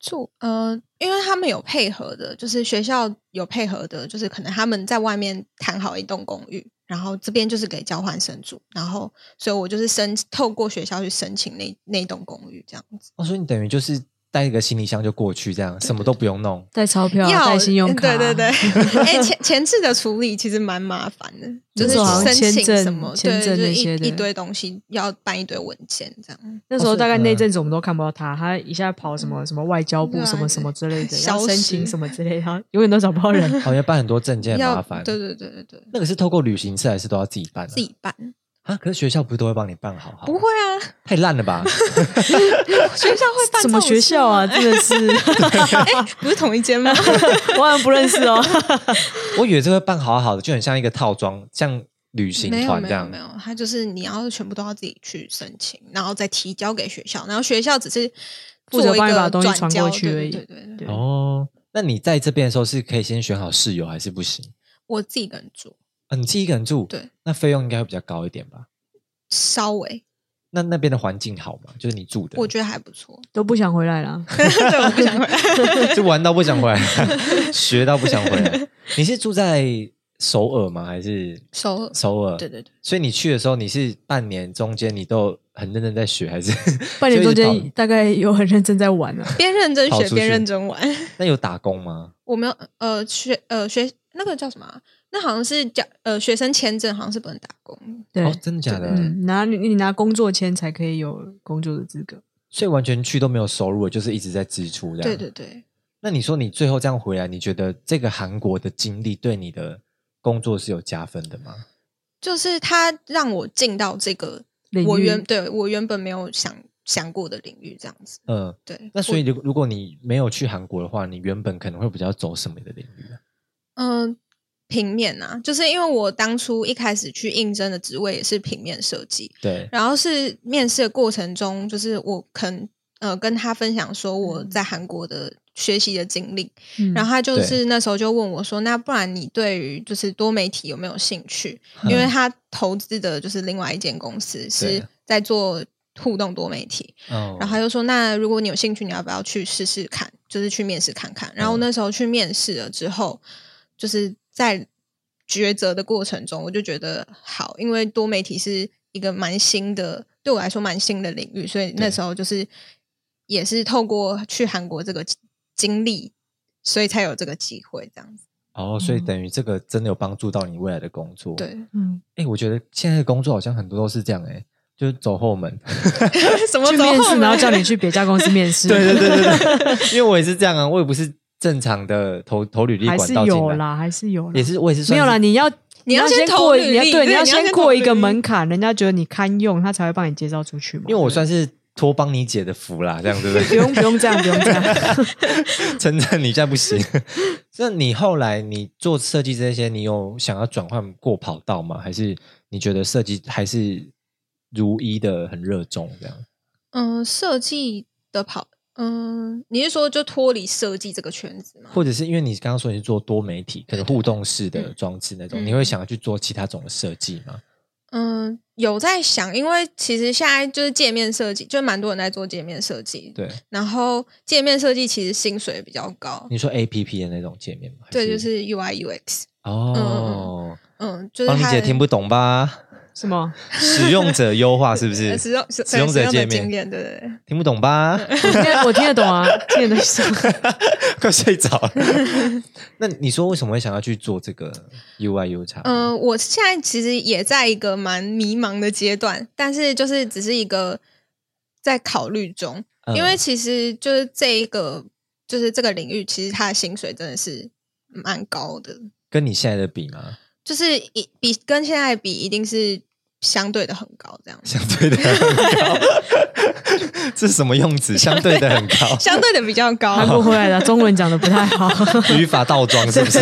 [SPEAKER 3] 住，呃，因为他们有配合的，就是学校有配合的，就是可能他们在外面谈好一栋公寓，然后这边就是给交换生住，然后所以我就是申透过学校去申请那那栋公寓这样子，
[SPEAKER 1] 哦，所以你等于就是带一个行李箱就过去，这样什么都不用弄。
[SPEAKER 2] [LAUGHS] 带钞票、啊
[SPEAKER 3] 要
[SPEAKER 2] 带信用卡，[LAUGHS]
[SPEAKER 3] 对对对，哎、前前置的处理其实蛮麻烦的，
[SPEAKER 1] 那
[SPEAKER 3] 就是
[SPEAKER 1] 时候好像
[SPEAKER 3] 申请
[SPEAKER 2] 签证
[SPEAKER 3] 什么，
[SPEAKER 2] 签
[SPEAKER 3] 对，
[SPEAKER 2] 证
[SPEAKER 3] 就是
[SPEAKER 2] 那些的
[SPEAKER 3] 一一堆东西要办一堆文件这样，
[SPEAKER 2] 那时候大
[SPEAKER 1] 哦
[SPEAKER 2] 概
[SPEAKER 1] 是
[SPEAKER 2] 那
[SPEAKER 1] 嗯
[SPEAKER 2] 阵子我们都看不到他，他一下跑什么什么外交部
[SPEAKER 3] 对啊
[SPEAKER 2] 什么什么之类的，
[SPEAKER 3] 消
[SPEAKER 2] 要
[SPEAKER 3] 失
[SPEAKER 2] 申请什么之类的，然后永远都找不到人。
[SPEAKER 1] 好像哦办很多证件很
[SPEAKER 3] 要
[SPEAKER 1] 麻烦。
[SPEAKER 3] 对对对对对，
[SPEAKER 1] 那个是透过旅行社还是都要自己办、啊？
[SPEAKER 3] 自己办
[SPEAKER 1] 啊？可是学校不是都会帮你办好好？
[SPEAKER 3] 不会，
[SPEAKER 1] [LAUGHS]
[SPEAKER 3] 啊，
[SPEAKER 1] 太烂了吧？
[SPEAKER 3] 学校会办
[SPEAKER 2] 什么
[SPEAKER 3] 这种
[SPEAKER 2] 学
[SPEAKER 3] 事
[SPEAKER 2] 校啊？
[SPEAKER 3] 吗？
[SPEAKER 2] 真的是， [LAUGHS]
[SPEAKER 3] 不是同一间吗？
[SPEAKER 2] 我好像不认识哦。
[SPEAKER 1] 我以为这会办好好的，就很像一个套装，像旅行
[SPEAKER 3] 没有
[SPEAKER 1] 团
[SPEAKER 3] 没
[SPEAKER 1] 这
[SPEAKER 3] 有
[SPEAKER 1] 样
[SPEAKER 3] 没。有，他就是你要全部都要自己去申请，然后再提交给学校，然后学校只是
[SPEAKER 2] 负责
[SPEAKER 3] 做一
[SPEAKER 2] 帮你
[SPEAKER 3] 个
[SPEAKER 2] 把东西
[SPEAKER 3] 转
[SPEAKER 2] 传
[SPEAKER 3] 交
[SPEAKER 2] 过去
[SPEAKER 3] 对
[SPEAKER 2] 而已
[SPEAKER 3] 对对对对，
[SPEAKER 2] 对
[SPEAKER 1] 哦，那你在这边的时候是可以先选好室友还是不行？
[SPEAKER 3] 我自己一个人住，
[SPEAKER 1] 啊，你自己一个人住，
[SPEAKER 3] 对，
[SPEAKER 1] 那费用应该会比较高一点吧？
[SPEAKER 3] 稍微
[SPEAKER 1] 那那边的环境好吗？就是你住的，
[SPEAKER 3] 我觉得还不错。
[SPEAKER 2] [LAUGHS] 都不想回来了。
[SPEAKER 3] 对，我不想回来。
[SPEAKER 1] [LAUGHS] 就玩到不想回
[SPEAKER 3] [LAUGHS]
[SPEAKER 1] 来，学到不想回来。你是住在首尔吗？还是
[SPEAKER 3] 首尔
[SPEAKER 1] 首尔？
[SPEAKER 3] 对对对，
[SPEAKER 1] 所以你去的时候，你是半年中间你都很认真在学，还是 [LAUGHS]
[SPEAKER 2] 半年中
[SPEAKER 1] 就一
[SPEAKER 2] 间
[SPEAKER 1] 直
[SPEAKER 2] 大概有很认真在玩
[SPEAKER 1] [LAUGHS]
[SPEAKER 2] 啊，
[SPEAKER 3] 边认真
[SPEAKER 1] 跑
[SPEAKER 3] 学
[SPEAKER 1] 出
[SPEAKER 3] 边
[SPEAKER 1] 去
[SPEAKER 3] 认真玩。 [LAUGHS]
[SPEAKER 1] 跑 [LAUGHS] 那有打工吗？
[SPEAKER 3] 我没有呃学呃学那个叫什么啊、那好像是叫呃学生签证，好像是不能打工。
[SPEAKER 2] 对，
[SPEAKER 1] 哦，真的假的？
[SPEAKER 2] 嗯，拿你你拿工作签才可以有工作的资格。
[SPEAKER 1] 所以完全去都没有收入，就是一直在支出这样。
[SPEAKER 3] 对对对，
[SPEAKER 1] 那你说你最后这样回来，你觉得这个韩国的经历对你的工作是有加分的吗？
[SPEAKER 3] 就是他让我进到这个
[SPEAKER 2] 领
[SPEAKER 3] 我
[SPEAKER 2] 域
[SPEAKER 3] 原对我原本没有想想过的领域，这样子。
[SPEAKER 1] 嗯，
[SPEAKER 3] 对，
[SPEAKER 1] 那所
[SPEAKER 3] 我
[SPEAKER 1] 以如如果你没有去韩国的话，你原本可能会比较走什么的领域啊？
[SPEAKER 3] 嗯、平面啊，就是因为我当初一开始去应征的职位也是平面设计，
[SPEAKER 1] 对，
[SPEAKER 3] 然后是面试的过程中，就是我肯呃跟他分享说我在韩国的学习的经历，
[SPEAKER 2] 嗯
[SPEAKER 3] 然后他
[SPEAKER 1] 嗯
[SPEAKER 3] 就
[SPEAKER 1] 对
[SPEAKER 3] 是那时候就问我说，那不然你对于就是多媒体有没有兴趣？因为
[SPEAKER 1] 嗯
[SPEAKER 3] 他投资的就是另外一间公司是
[SPEAKER 1] 对
[SPEAKER 3] 在做互动多媒体，
[SPEAKER 1] 哦
[SPEAKER 3] 然后他就说：“那如果你有兴趣，你要不要去试试看？就是去面试看看。”然后
[SPEAKER 1] 嗯
[SPEAKER 3] 那时候去面试了之后，就是在抉择的过程中，我就觉得好，因为多媒体是一个蛮新的，对我来说蛮新的领域，所以那
[SPEAKER 1] 对
[SPEAKER 3] 时候就是也是透过去韩国这个经历，所以才有这个机会这样子。
[SPEAKER 1] 哦，所以
[SPEAKER 2] 嗯
[SPEAKER 1] 等于这个真的有帮助到你未来的工作。，
[SPEAKER 3] [LAUGHS] 对，
[SPEAKER 2] 嗯，
[SPEAKER 1] 哎，我觉得现在的工作好像很多都是这样哎、就是走后门。
[SPEAKER 3] 什么啊
[SPEAKER 2] 去
[SPEAKER 3] 时候
[SPEAKER 2] 面试，
[SPEAKER 3] 后
[SPEAKER 2] 然后
[SPEAKER 3] 门？
[SPEAKER 2] 叫你去别家公司面试，
[SPEAKER 1] 对 [LAUGHS] 对对对 [LAUGHS] 对，因为我也是这样啊，我也不是正常的投投履历
[SPEAKER 2] 还
[SPEAKER 1] 管
[SPEAKER 2] 是
[SPEAKER 1] 道进
[SPEAKER 2] 有
[SPEAKER 1] 来，
[SPEAKER 2] 啦，还是有啦，
[SPEAKER 1] 也是我也是
[SPEAKER 2] 没
[SPEAKER 1] 算
[SPEAKER 2] 有啦。
[SPEAKER 1] 是
[SPEAKER 2] 你要
[SPEAKER 3] 你要
[SPEAKER 2] 要先
[SPEAKER 3] 先投
[SPEAKER 2] 过，
[SPEAKER 3] 履
[SPEAKER 2] 你要
[SPEAKER 3] 历
[SPEAKER 2] 对，
[SPEAKER 3] 对
[SPEAKER 2] 你要
[SPEAKER 3] 你要
[SPEAKER 2] 先
[SPEAKER 3] 先
[SPEAKER 2] 过
[SPEAKER 3] 投
[SPEAKER 2] 一个
[SPEAKER 3] 履历
[SPEAKER 2] 门槛，人家觉得你堪用，他才会帮你介绍出去嘛。
[SPEAKER 1] 因为我
[SPEAKER 2] 对
[SPEAKER 1] 算是托帮你姐的福啦，这样对不
[SPEAKER 2] 不
[SPEAKER 1] [LAUGHS] 对？
[SPEAKER 2] 用不用这样，不用这样。
[SPEAKER 1] [LAUGHS] 称赞你现在不行。 [LAUGHS] 那你后来你做设计这些，你有想要转换过跑道吗？还是你觉得设计还是如一的很热衷这样？
[SPEAKER 3] 嗯，设计的跑，嗯，你是说就脱离设计这个圈子吗？
[SPEAKER 1] 或者是因为你刚刚说你是做多媒体，可能互动式的装置那种，
[SPEAKER 3] 嗯
[SPEAKER 1] 你会想要去做其他种的设计吗？
[SPEAKER 3] 嗯，有在想，因为其实现在就是界面设计，就蛮多人在做界面设计。
[SPEAKER 1] 对，
[SPEAKER 3] 然后界面设计其实薪水比较高，
[SPEAKER 1] 你说 A P P 的那种界面吗？还
[SPEAKER 3] 对，就是 UI UX。
[SPEAKER 1] 哦，
[SPEAKER 3] 嗯，就是
[SPEAKER 1] 帮你
[SPEAKER 3] 它
[SPEAKER 1] 姐
[SPEAKER 3] 的
[SPEAKER 1] 听不懂
[SPEAKER 3] [LAUGHS]
[SPEAKER 1] 吧？
[SPEAKER 2] 什么？
[SPEAKER 1] 使用者优化是不
[SPEAKER 3] 呃
[SPEAKER 1] 是？
[SPEAKER 3] 使用使
[SPEAKER 1] 使用
[SPEAKER 3] 对
[SPEAKER 1] 者界
[SPEAKER 3] 的经
[SPEAKER 1] 面
[SPEAKER 3] 验，对对对。
[SPEAKER 1] 听不懂吧？
[SPEAKER 2] 我听得我听得懂啊，听得懂
[SPEAKER 1] [LAUGHS]
[SPEAKER 2] 什么？
[SPEAKER 1] 快睡着了。 [LAUGHS] 那你说为什么会想要去做这个 UI U 叉？
[SPEAKER 3] 嗯、我现在其实也在一个蛮迷茫的阶段，但是就是只是一个在考虑中，
[SPEAKER 1] 嗯
[SPEAKER 3] 因为其实就是这一个就是这个领域，其实它的薪水真的是蛮高的，
[SPEAKER 1] 跟你现在的比吗？
[SPEAKER 3] 就是一比跟现在比一定是相对的很高，这样
[SPEAKER 1] 相对的很高， [LAUGHS] 这是什么用词？相对的很
[SPEAKER 3] [LAUGHS]
[SPEAKER 2] [LAUGHS]
[SPEAKER 1] 高，
[SPEAKER 3] 相对的比较高
[SPEAKER 2] 韩。国回来的，中文讲的不太好。
[SPEAKER 1] 语法倒装是不是？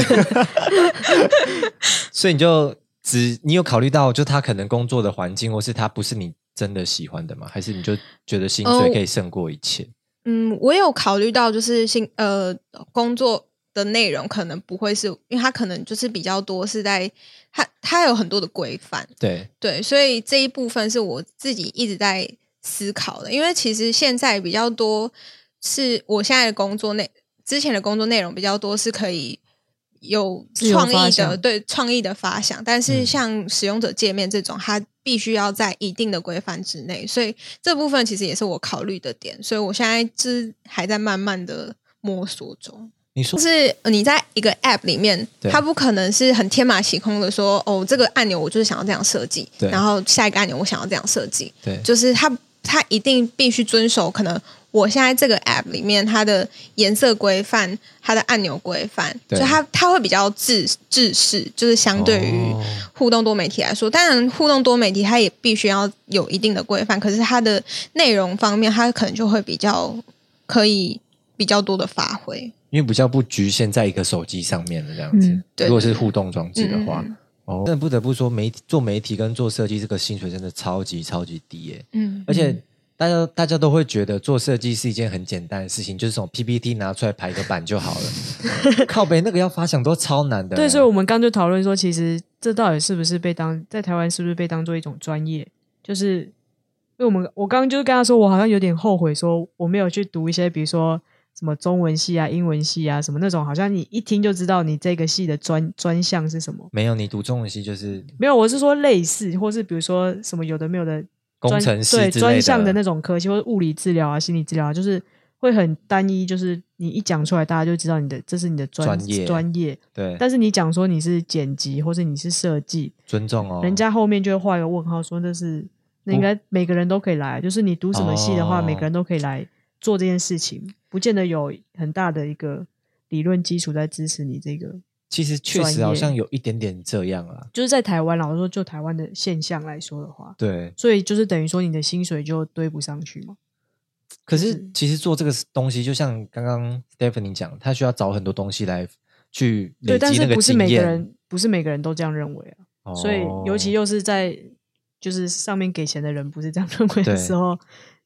[SPEAKER 1] [LAUGHS] 所以你就只你有考虑到，就他可能工作的环境，或是他不是你真的喜欢的吗？还是你就觉得薪
[SPEAKER 3] 哦
[SPEAKER 1] 水可以胜过一切？
[SPEAKER 3] [LAUGHS] 嗯，我有考虑到，就是薪呃工作的内容可能不会是，因为它可能就是比较多是在它它有很多的规范，
[SPEAKER 1] 对，
[SPEAKER 3] 对，所以这一部分是我自己一直在思考的，因为其实现在比较多是我现在的工作内，之前的工作内容比较多是可以有
[SPEAKER 2] 自由
[SPEAKER 3] 创
[SPEAKER 2] 发
[SPEAKER 3] 意的，
[SPEAKER 2] 想
[SPEAKER 3] 对创意的发想，但是
[SPEAKER 1] 嗯
[SPEAKER 3] 像使用者界面这种，它必须要在一定的规范之内，所以这部分其实也是我考虑的点，所以我现在是还在慢慢的摸索中。
[SPEAKER 1] 你说
[SPEAKER 3] 就是你在一个 App 里面
[SPEAKER 1] 对，
[SPEAKER 3] 它不可能是很天马行空的说，哦，这个按钮我就是想要这样设计，
[SPEAKER 1] 对
[SPEAKER 3] 然后下一个按钮我想要这样设计，
[SPEAKER 1] 对，
[SPEAKER 3] 就是它它一定必须遵守可能我现在这个 App 里面它的颜色规范、它的按钮规范，
[SPEAKER 1] 对
[SPEAKER 3] 所以它它会比较制制式，就是相对于
[SPEAKER 1] 哦
[SPEAKER 3] 互动多媒体来说，当然互动多媒体它也必须要有一定的规范，可是它的内容方面，它可能就会比较可以比较多的发挥。
[SPEAKER 1] 因为比较不局限在一个手机上面的这样子。
[SPEAKER 2] 嗯
[SPEAKER 3] 对
[SPEAKER 1] 如果是互动装置的话，
[SPEAKER 3] 嗯
[SPEAKER 1] 哦，真的不得不说，媒体做媒体跟做设计这个薪水真的超级超级低耶、
[SPEAKER 3] 嗯
[SPEAKER 1] 而且大家大家都会觉得做设计是一件很简单的事情，就是从 PPT 拿出来排个版就好了。
[SPEAKER 2] [LAUGHS]
[SPEAKER 1] 靠北那个要发想都超难的、
[SPEAKER 2] 对，所以我们刚就讨论说，其实这到底是不是被当在台湾是不是被当做一种专业？就是因为我们我刚刚就是跟他说，我好像有点后悔，说我没有去读一些，比如说什么中文系啊、英文系啊什么那种，好像你一听就知道你这个系的专专项是什么。
[SPEAKER 1] 没有你读中文系就是
[SPEAKER 2] 没有，我是说类似，或是比如说什么有的没有的
[SPEAKER 1] 工
[SPEAKER 2] 专
[SPEAKER 1] 程师
[SPEAKER 2] 对
[SPEAKER 1] 之类
[SPEAKER 2] 专项
[SPEAKER 1] 的
[SPEAKER 2] 的那种科系，或者物理治疗啊、心理治疗啊，就是会很单一，就是你一讲出来，大家就知道你的这是你的专
[SPEAKER 1] 专业
[SPEAKER 2] 专业。
[SPEAKER 1] 对
[SPEAKER 2] 但是你讲说你是剪辑，或是你是设计，
[SPEAKER 1] 尊重哦，
[SPEAKER 2] 人家后面就会画一个问号，说这是那应该每个人都可以来，啊就是你读什么系的话，
[SPEAKER 1] 哦
[SPEAKER 2] 每个人都可以来做这件事情，不见得有很大的一个理论基础在支持你这个。
[SPEAKER 1] 其实确
[SPEAKER 2] 专
[SPEAKER 1] 实
[SPEAKER 2] 业
[SPEAKER 1] 好像有一点点这样啊。
[SPEAKER 2] 就是在台湾啦，老实说，就台湾的现象来说的话，
[SPEAKER 1] 对，
[SPEAKER 2] 所以就是等于说你的薪水就堆不上去嘛。
[SPEAKER 1] 可
[SPEAKER 2] 就是
[SPEAKER 1] 是其实做这个东西，就像刚刚 Stephanie 讲，他需要找很多东西来去累
[SPEAKER 2] 对，但
[SPEAKER 1] 积
[SPEAKER 2] 是
[SPEAKER 1] 那个
[SPEAKER 2] 不是
[SPEAKER 1] 经
[SPEAKER 2] 每个
[SPEAKER 1] 验，
[SPEAKER 2] 人不是每个人都这样认为啊。
[SPEAKER 1] 哦
[SPEAKER 2] 所以尤其又是在就是上面给钱的人不是这样认为的
[SPEAKER 1] 对
[SPEAKER 2] 时候，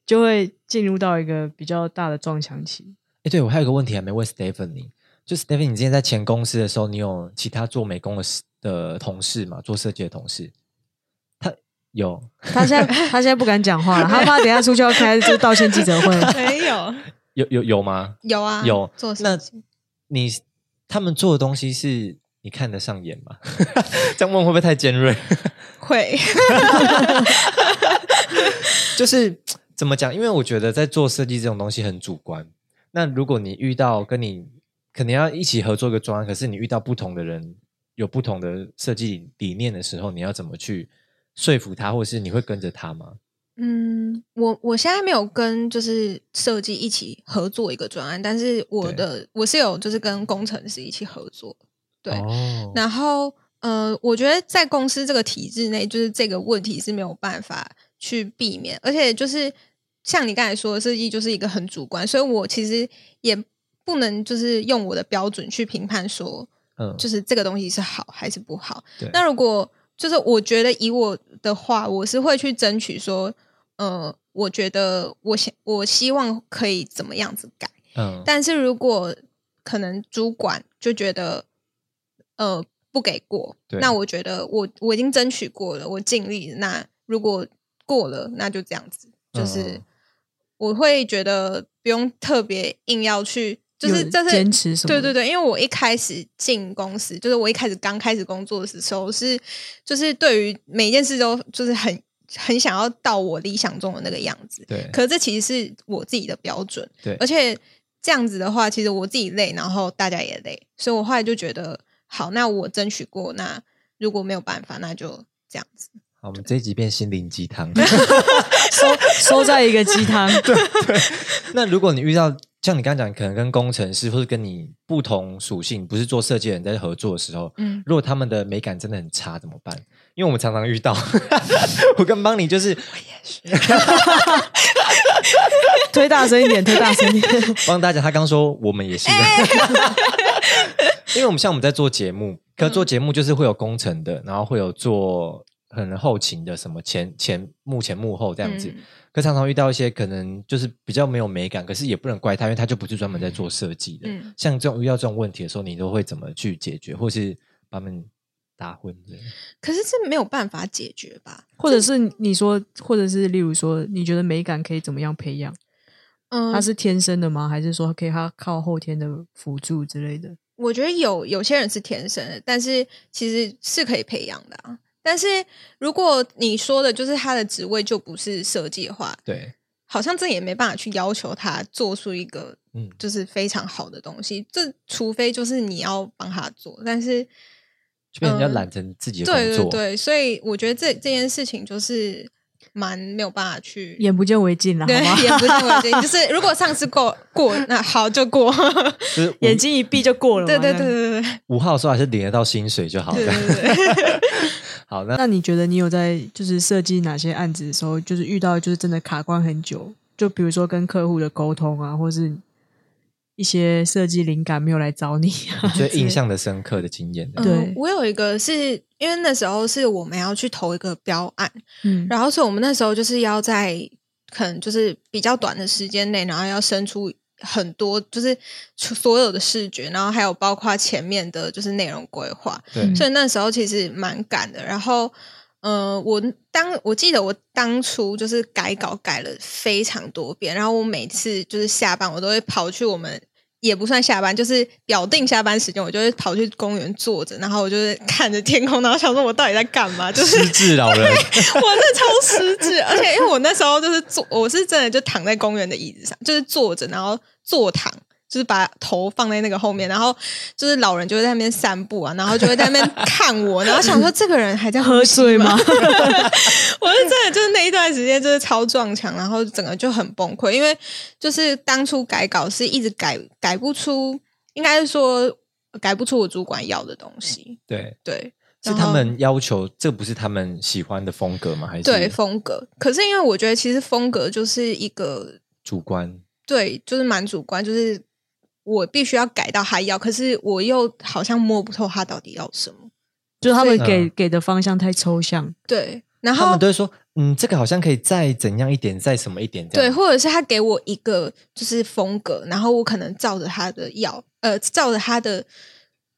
[SPEAKER 2] 就会进入到一个比较大的撞墙期。
[SPEAKER 1] 哎，对我还有个问题还没问 Stephanie，就 Stephanie，你之前在前公司的时候，你有其他做美工的 s- 的同事吗？做设计的同事，他有，
[SPEAKER 2] 他
[SPEAKER 3] [LAUGHS]
[SPEAKER 2] 现在他现在不敢讲话了，他怕等一下出去要开就是道歉记者会。
[SPEAKER 1] [LAUGHS]
[SPEAKER 3] 没有，
[SPEAKER 1] 有有有吗？
[SPEAKER 3] 有啊，
[SPEAKER 1] 有
[SPEAKER 3] 做什
[SPEAKER 1] 那
[SPEAKER 3] 么事情
[SPEAKER 1] 你他们做的东西是你看得上眼吗？ [LAUGHS] 这样问会不会太尖锐？
[SPEAKER 3] 会， [LAUGHS]
[SPEAKER 1] 就是怎么讲？因为我觉得在做设计这种东西很主观。那如果你遇到跟你可能要一起合作一个专案，可是你遇到不同的人有不同的设计理念的时候，你要怎么去说服他，或者是你会跟着他吗？
[SPEAKER 3] 嗯，我我现在没有跟就是设计一起合作一个专案，但是我
[SPEAKER 1] 对
[SPEAKER 3] 的我是有就是跟工程师一起合作。对
[SPEAKER 1] 哦
[SPEAKER 3] 然后呃，我觉得在公司这个体制内，就是这个问题是没有办法去避免，而且就是像你刚才说的，设计就是一个很主观，所以我其实也不能就是用我的标准去评判说，
[SPEAKER 1] 嗯，
[SPEAKER 3] 就是这个东西是好还是不好
[SPEAKER 1] 对。
[SPEAKER 3] 那如果就是我觉得以我的话，我是会去争取说，呃，我觉得我想我希望可以怎么样子改。
[SPEAKER 1] 嗯，
[SPEAKER 3] 但是如果可能主管就觉得，呃，不给过，
[SPEAKER 1] 对
[SPEAKER 3] 那我觉得我我已经争取过了，我尽力。那如果过了，那就这样子，就是
[SPEAKER 1] 嗯
[SPEAKER 3] 我会觉得不用特别硬要去， [LAUGHS] 就是
[SPEAKER 2] 有
[SPEAKER 3] 这是
[SPEAKER 2] 坚持什么？
[SPEAKER 3] 对对对，因为我一开始进公司，就是我一开始刚开始工作的时候，是就是对于每一件事都就是很很想要到我理想中的那个样子。
[SPEAKER 1] 对
[SPEAKER 3] 可是这其实是我自己的标准，
[SPEAKER 1] 对
[SPEAKER 3] 而且这样子的话，其实我自己累，然后大家也累，所以我后来就觉得，好，那我争取过，那如果没有办法，那就这样子。
[SPEAKER 1] 好，我们这一集变心灵鸡
[SPEAKER 3] [LAUGHS]
[SPEAKER 1] 汤。
[SPEAKER 2] 收收在一个鸡汤。
[SPEAKER 1] 那如果你遇到像你刚刚讲，可能跟工程师或者跟你不同属性，不是做设计的人在合作的时候，
[SPEAKER 3] 嗯，
[SPEAKER 1] 如果他们的美感真的很差怎么办？因为我们常常遇到， [LAUGHS] 我跟邦尼就是
[SPEAKER 2] 推大声一点，推大声一点。
[SPEAKER 3] [LAUGHS]
[SPEAKER 1] 帮大家，他刚说我们也是，
[SPEAKER 3] 哎
[SPEAKER 1] [LAUGHS] 因为我们像我们在做节目，可
[SPEAKER 3] 嗯
[SPEAKER 1] 做节目就是会有工程的，然后会有做可能后勤的，什么前前幕前幕后这
[SPEAKER 3] 这
[SPEAKER 1] 样子。可常常遇到一些可能就是比较没有美感，可是也不能怪他，因为他就不是专门在做设计的。
[SPEAKER 3] 嗯
[SPEAKER 1] 像这种遇到这种问题的时候，你都会怎么去解决，或是把他们打昏的？
[SPEAKER 3] 可是这没有办法解决吧？
[SPEAKER 2] 或者是你说，或者是例如说，你觉得美感可以怎么样培养？
[SPEAKER 3] 嗯，
[SPEAKER 2] 它是天生的吗？还是说可以它靠后天的辅助之类的？
[SPEAKER 3] 我觉得有有些人是天生的，但是其实是可以培养的、啊。但是如果你说的就是他的职位就不是设计的话，
[SPEAKER 1] 对，
[SPEAKER 3] 好像这也没办法去要求他做出一个
[SPEAKER 1] 嗯，
[SPEAKER 3] 就是非常好的东西。这除非就是你要帮他做，但是
[SPEAKER 1] 就变成要
[SPEAKER 3] 嗯
[SPEAKER 1] 懒成自己的
[SPEAKER 3] 对
[SPEAKER 1] 工作。
[SPEAKER 3] 对对，所以我觉得这这件事情就是蛮没有办法去。
[SPEAKER 2] 眼不见为净了，好
[SPEAKER 3] 对， [LAUGHS]
[SPEAKER 2] 吗？
[SPEAKER 3] 也不是我的，就是如果上次过过，那好就过。 [LAUGHS]
[SPEAKER 1] 就是五
[SPEAKER 2] 眼睛一闭就过了嘛。
[SPEAKER 3] 对对对
[SPEAKER 2] 这样。
[SPEAKER 3] 对对
[SPEAKER 1] 五号的时候还是领得到薪水就好
[SPEAKER 3] 对
[SPEAKER 1] 了。
[SPEAKER 3] 对对对。
[SPEAKER 1] 好，那
[SPEAKER 2] 那你觉得你有在就是设计哪些案子的时候，就是遇到就是真的卡关很久？就比如说跟客户的沟通啊，或是一些设计灵感没有来找你啊
[SPEAKER 1] [LAUGHS] 你，最印象的深刻的经验呢，
[SPEAKER 2] 对
[SPEAKER 3] 嗯，我有一个是因为那时候是我们要去投一个标案，
[SPEAKER 2] [LAUGHS] 嗯，
[SPEAKER 3] 然后所以我们那时候就是要在可能就是比较短的时间内，然后要生出很多就是出所有的视觉，然后还有包括前面的就是内容规划，
[SPEAKER 1] 对
[SPEAKER 3] 所以那时候其实蛮赶的。然后，呃，我当我记得我当初就是改稿改了非常多遍，然后我每次就是下班，我都会跑去我们。也不算下班，就是表定下班时间，我就会跑去公园坐着，然后我就是看着天空，然后想说我到底在干嘛？就是
[SPEAKER 1] [LAUGHS] 失智老人，
[SPEAKER 3] 我是超失智， [LAUGHS] 而且因为我那时候就是坐，我是真的就躺在公园的椅子上，就是坐着，然后坐躺，就是把头放在那个后面，然后就是老人就会在那边散步啊，然后就会在那边看我，然后想说这个人还在呼
[SPEAKER 2] 喝
[SPEAKER 3] 吸
[SPEAKER 2] 醉吗？
[SPEAKER 3] [LAUGHS] 我是真的就是那一段时间就是超撞墙，然后整个就很崩溃，因为就是当初改稿是一直改改不出，应该是说改不出我主管要的东西，
[SPEAKER 1] [LAUGHS] 对，
[SPEAKER 3] 对。
[SPEAKER 1] 是
[SPEAKER 3] 然后
[SPEAKER 1] 他们要求，这不是他们喜欢的风格吗？还是
[SPEAKER 3] 对风格，可是因为我觉得其实风格就是一个
[SPEAKER 1] 主观？
[SPEAKER 3] 对，就是蛮主观，就是我必须要改到他要，可是我又好像摸不透他到底要什么。
[SPEAKER 2] 就是他们给
[SPEAKER 1] 嗯
[SPEAKER 2] 给的方向太抽象，
[SPEAKER 3] 对，然
[SPEAKER 1] 他
[SPEAKER 3] 后
[SPEAKER 1] 们都会说，嗯，这个好像可以再怎样一点，再什么一点这
[SPEAKER 3] 对，
[SPEAKER 1] 样。
[SPEAKER 3] 或者是他给我一个就是风格，然后我可能照着他的要，呃，照着他的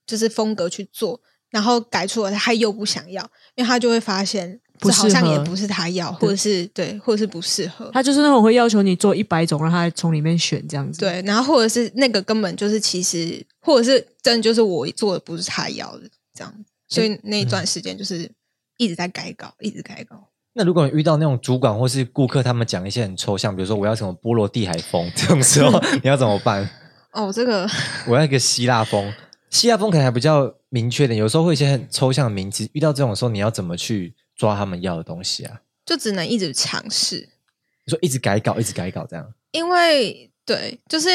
[SPEAKER 3] 就是风格去做，然后改出来他又不想要，因为他就会发现
[SPEAKER 2] 不
[SPEAKER 3] 这好像
[SPEAKER 2] 适合
[SPEAKER 3] 也不是他要，或者是对，或者是不适合。
[SPEAKER 2] 他就是那种会要求你做一百种，让他从里面选这样子。，
[SPEAKER 3] 对，然后或者是那个根本就是其实，或者是真的就是我做的不是他要的这样，所以那一
[SPEAKER 1] 嗯
[SPEAKER 3] 段时间就是一直在改稿，一直改稿。
[SPEAKER 1] 那如果你遇到那种主管或是顾客，他们讲一些很抽象，比如说我要什么波罗的海风这种时候，
[SPEAKER 3] 嗯
[SPEAKER 1] 你要怎么办？
[SPEAKER 3] 哦，这个 [LAUGHS]
[SPEAKER 1] 我要一个希腊风，希腊风可能还比较明确点，有时候会一些很抽象的名词，遇到这种时候，你要怎么去抓他们要的东西啊？
[SPEAKER 3] 就只能一直尝试，
[SPEAKER 1] 你说一直改稿，一直改稿这样，
[SPEAKER 3] 因为对，就是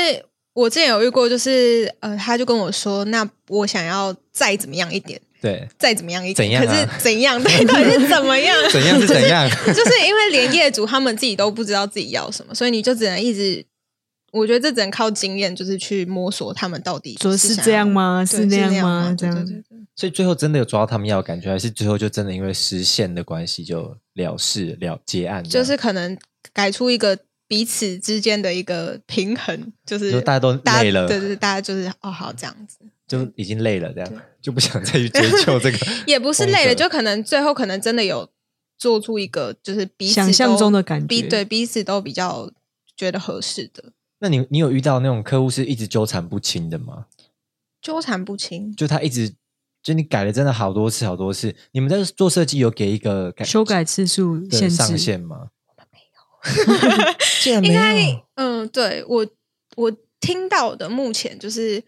[SPEAKER 3] 我之前有遇过，就是呃，他就跟我说，那我想要再怎么样一点，
[SPEAKER 1] 对，
[SPEAKER 3] 再怎么样一点，
[SPEAKER 1] 怎样啊
[SPEAKER 3] 可是怎样？ [LAUGHS] 对，可是怎么样？
[SPEAKER 1] 怎样是怎
[SPEAKER 3] [LAUGHS]
[SPEAKER 1] 样，
[SPEAKER 3] 就是因为连业主他们自己都不知道自己要什么，所以你就只能一直，我觉得这只能靠经验，就是去摸索他们到底
[SPEAKER 2] 说
[SPEAKER 3] 是
[SPEAKER 2] 是
[SPEAKER 3] 想
[SPEAKER 2] 这样
[SPEAKER 3] 要
[SPEAKER 2] 吗？
[SPEAKER 3] 对
[SPEAKER 2] 是那
[SPEAKER 3] 那
[SPEAKER 2] 样吗
[SPEAKER 3] 吗？？
[SPEAKER 2] 这样
[SPEAKER 3] 对对对
[SPEAKER 1] 所以最后真的有抓到他们要的感觉，还是最后就真的因为时限的关系就了事了结案这
[SPEAKER 3] 就
[SPEAKER 1] 样？
[SPEAKER 3] 是可能改出一个彼此之间的一个平衡，就是
[SPEAKER 1] 就大家都
[SPEAKER 3] 大
[SPEAKER 1] 累了
[SPEAKER 3] 对对，对大家就是哦好这样子，
[SPEAKER 1] 就已经累了，这
[SPEAKER 3] 对
[SPEAKER 1] 样就不想再去追究这个
[SPEAKER 3] [LAUGHS] 也不是累了，
[SPEAKER 1] 风格
[SPEAKER 3] 就可能最后可能真的有做出一个就是彼此
[SPEAKER 2] 想象
[SPEAKER 3] 都
[SPEAKER 2] 中的感觉
[SPEAKER 3] 彼对彼此都比较觉得合适的，
[SPEAKER 1] 那你你有遇到那种客户是一直纠缠不清的吗？
[SPEAKER 3] 纠缠不清。
[SPEAKER 1] 就他一直就你改了真的好多次好多次，你们在做设计有给一个改
[SPEAKER 2] 修改次数
[SPEAKER 1] 的
[SPEAKER 2] 限
[SPEAKER 1] 上
[SPEAKER 2] 制，
[SPEAKER 1] 限吗？ [LAUGHS] 我们没有，竟然
[SPEAKER 3] 应
[SPEAKER 1] 没
[SPEAKER 3] 该
[SPEAKER 1] 有，
[SPEAKER 3] 嗯，对我我听到的目前就是，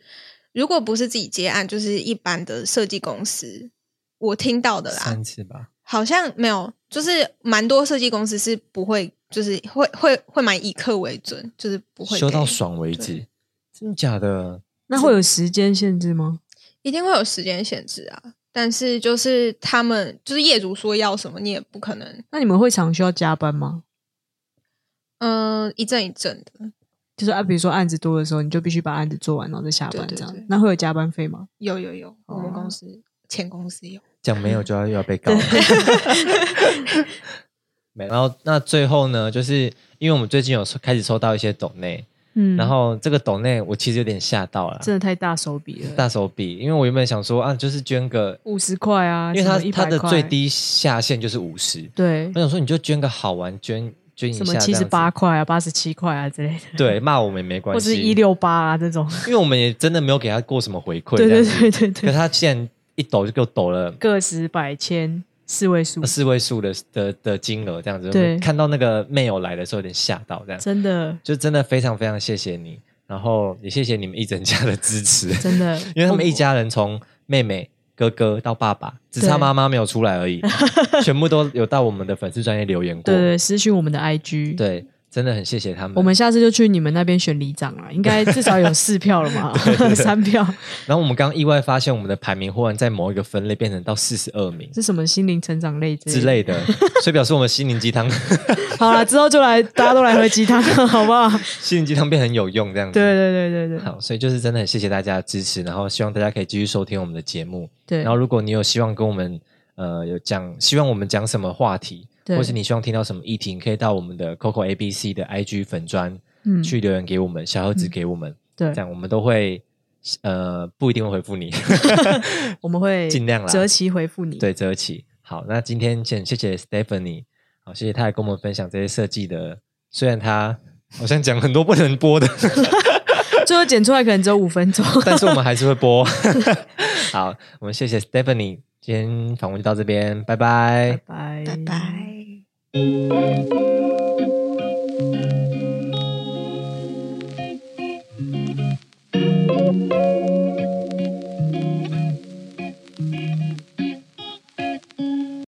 [SPEAKER 3] 如果不是自己接案，就是一般的设计公司，我听到的啦，
[SPEAKER 1] 三次吧？
[SPEAKER 3] 好像没有，就是蛮多设计公司是不会，就是会会会买以客为准，就是不会
[SPEAKER 1] 修到
[SPEAKER 3] 给，
[SPEAKER 1] 爽为止，真的假的？
[SPEAKER 2] 那会有时间限制吗？
[SPEAKER 3] 一定会有时间限制啊。但是就是他们就是业主说要什么，你也不可能，
[SPEAKER 2] 那你们会常需要加班吗？
[SPEAKER 3] 嗯、一阵一阵的，
[SPEAKER 2] 就是啊，比如说案子多的时候，你就必须把案子做完，然后再下班
[SPEAKER 3] 对对
[SPEAKER 2] 这样
[SPEAKER 3] 对。
[SPEAKER 2] 那会有加班费吗？
[SPEAKER 3] 有有有，我们
[SPEAKER 2] 哦
[SPEAKER 3] 公司前公司有。
[SPEAKER 1] 讲
[SPEAKER 2] [LAUGHS]
[SPEAKER 1] 没有就要又要被告了。没然后那最后呢，就是因为我们最近有收开始收到一些抖内，
[SPEAKER 2] 嗯
[SPEAKER 1] 然后这个抖内我其实有点吓到了，
[SPEAKER 2] 真的太大手笔了，
[SPEAKER 1] 大手笔，因为我原本想说啊，就是捐个，
[SPEAKER 2] 五十块啊，
[SPEAKER 1] 因为他
[SPEAKER 2] 什么
[SPEAKER 1] 他的
[SPEAKER 2] 100块
[SPEAKER 1] 最低下限就是五十，
[SPEAKER 2] 对
[SPEAKER 1] 我，想说你就捐个好玩，捐捐一下
[SPEAKER 2] 什么七十
[SPEAKER 1] 这样
[SPEAKER 2] 八块啊、八十七块啊之类的，
[SPEAKER 1] 子，对，骂我们也没
[SPEAKER 2] 或
[SPEAKER 1] 关
[SPEAKER 2] 是
[SPEAKER 1] 系，
[SPEAKER 2] 一六八啊这种，
[SPEAKER 1] 因为我们也真的没有给他过什么回馈，
[SPEAKER 2] 对
[SPEAKER 1] 这样
[SPEAKER 2] 对
[SPEAKER 1] 子
[SPEAKER 2] 对对
[SPEAKER 1] 可
[SPEAKER 2] 对，
[SPEAKER 1] 他现在一抖就给我抖了。
[SPEAKER 2] 个十百千四位数，
[SPEAKER 1] 四位数的的的金额这样子，
[SPEAKER 2] 对
[SPEAKER 1] 我看到那个 mail 来的时候有点吓到，这样
[SPEAKER 2] 真的
[SPEAKER 1] 就真的非常非常谢谢你，然后也谢谢你们一整家的支持，
[SPEAKER 2] 真的，
[SPEAKER 1] [LAUGHS] 因为他们一家人从妹妹、哥哥到爸爸，只
[SPEAKER 2] 对
[SPEAKER 1] 差妈妈没有出来
[SPEAKER 2] [LAUGHS]
[SPEAKER 1] 而已，全部都有到我们的粉丝专业留言过
[SPEAKER 2] 对。对失去我们的 IG，，
[SPEAKER 1] 对真的很谢谢他们。
[SPEAKER 2] 我们下次就去你们那边选里长啊了，应该至少有四票了嘛， [LAUGHS] 三票
[SPEAKER 1] 然后我们刚意外发现，我们的排名忽然在某一个分类变成到四十二名
[SPEAKER 2] 是什么心灵成长类
[SPEAKER 1] 之
[SPEAKER 2] 的。
[SPEAKER 1] 类的，所以表示我们心灵鸡
[SPEAKER 2] [LAUGHS]
[SPEAKER 1] 汤，
[SPEAKER 2] 好了，之后就来大家都来喝鸡汤，好不好？
[SPEAKER 1] 心灵鸡汤变很有用这样子。
[SPEAKER 2] 对对对对对
[SPEAKER 1] 好，所以就是真的很谢谢大家的支持，然后希望大家可以继续收听我们的节目。
[SPEAKER 2] 对，
[SPEAKER 1] 然后如果你有希望跟我们呃有讲，希望我们讲什么话题，
[SPEAKER 2] 对
[SPEAKER 1] 或是你希望听到什么议题，你可以到我们的 Coco ABC 的 IG 粉砖、
[SPEAKER 2] 嗯
[SPEAKER 1] 去留言给我们，小盒子给我们，
[SPEAKER 2] 对
[SPEAKER 1] 这，样我们都会呃不一定会回
[SPEAKER 2] [LAUGHS]
[SPEAKER 1] 复你，
[SPEAKER 2] 我们会
[SPEAKER 1] 尽量啦
[SPEAKER 2] 择期回复你。
[SPEAKER 1] 对泽起。好，那今天先谢谢 Stephanie，好，谢谢她来跟我们分享这些设计的，虽然她好像讲很多不能播的。 [LAUGHS]
[SPEAKER 2] 最后剪出来可能只有五分钟。
[SPEAKER 1] 但是我们还是会
[SPEAKER 2] [LAUGHS]
[SPEAKER 1] 播。 [LAUGHS] 好，我们谢谢 Stephanie，今天访问就到这边，拜拜
[SPEAKER 2] 拜拜
[SPEAKER 3] 拜拜。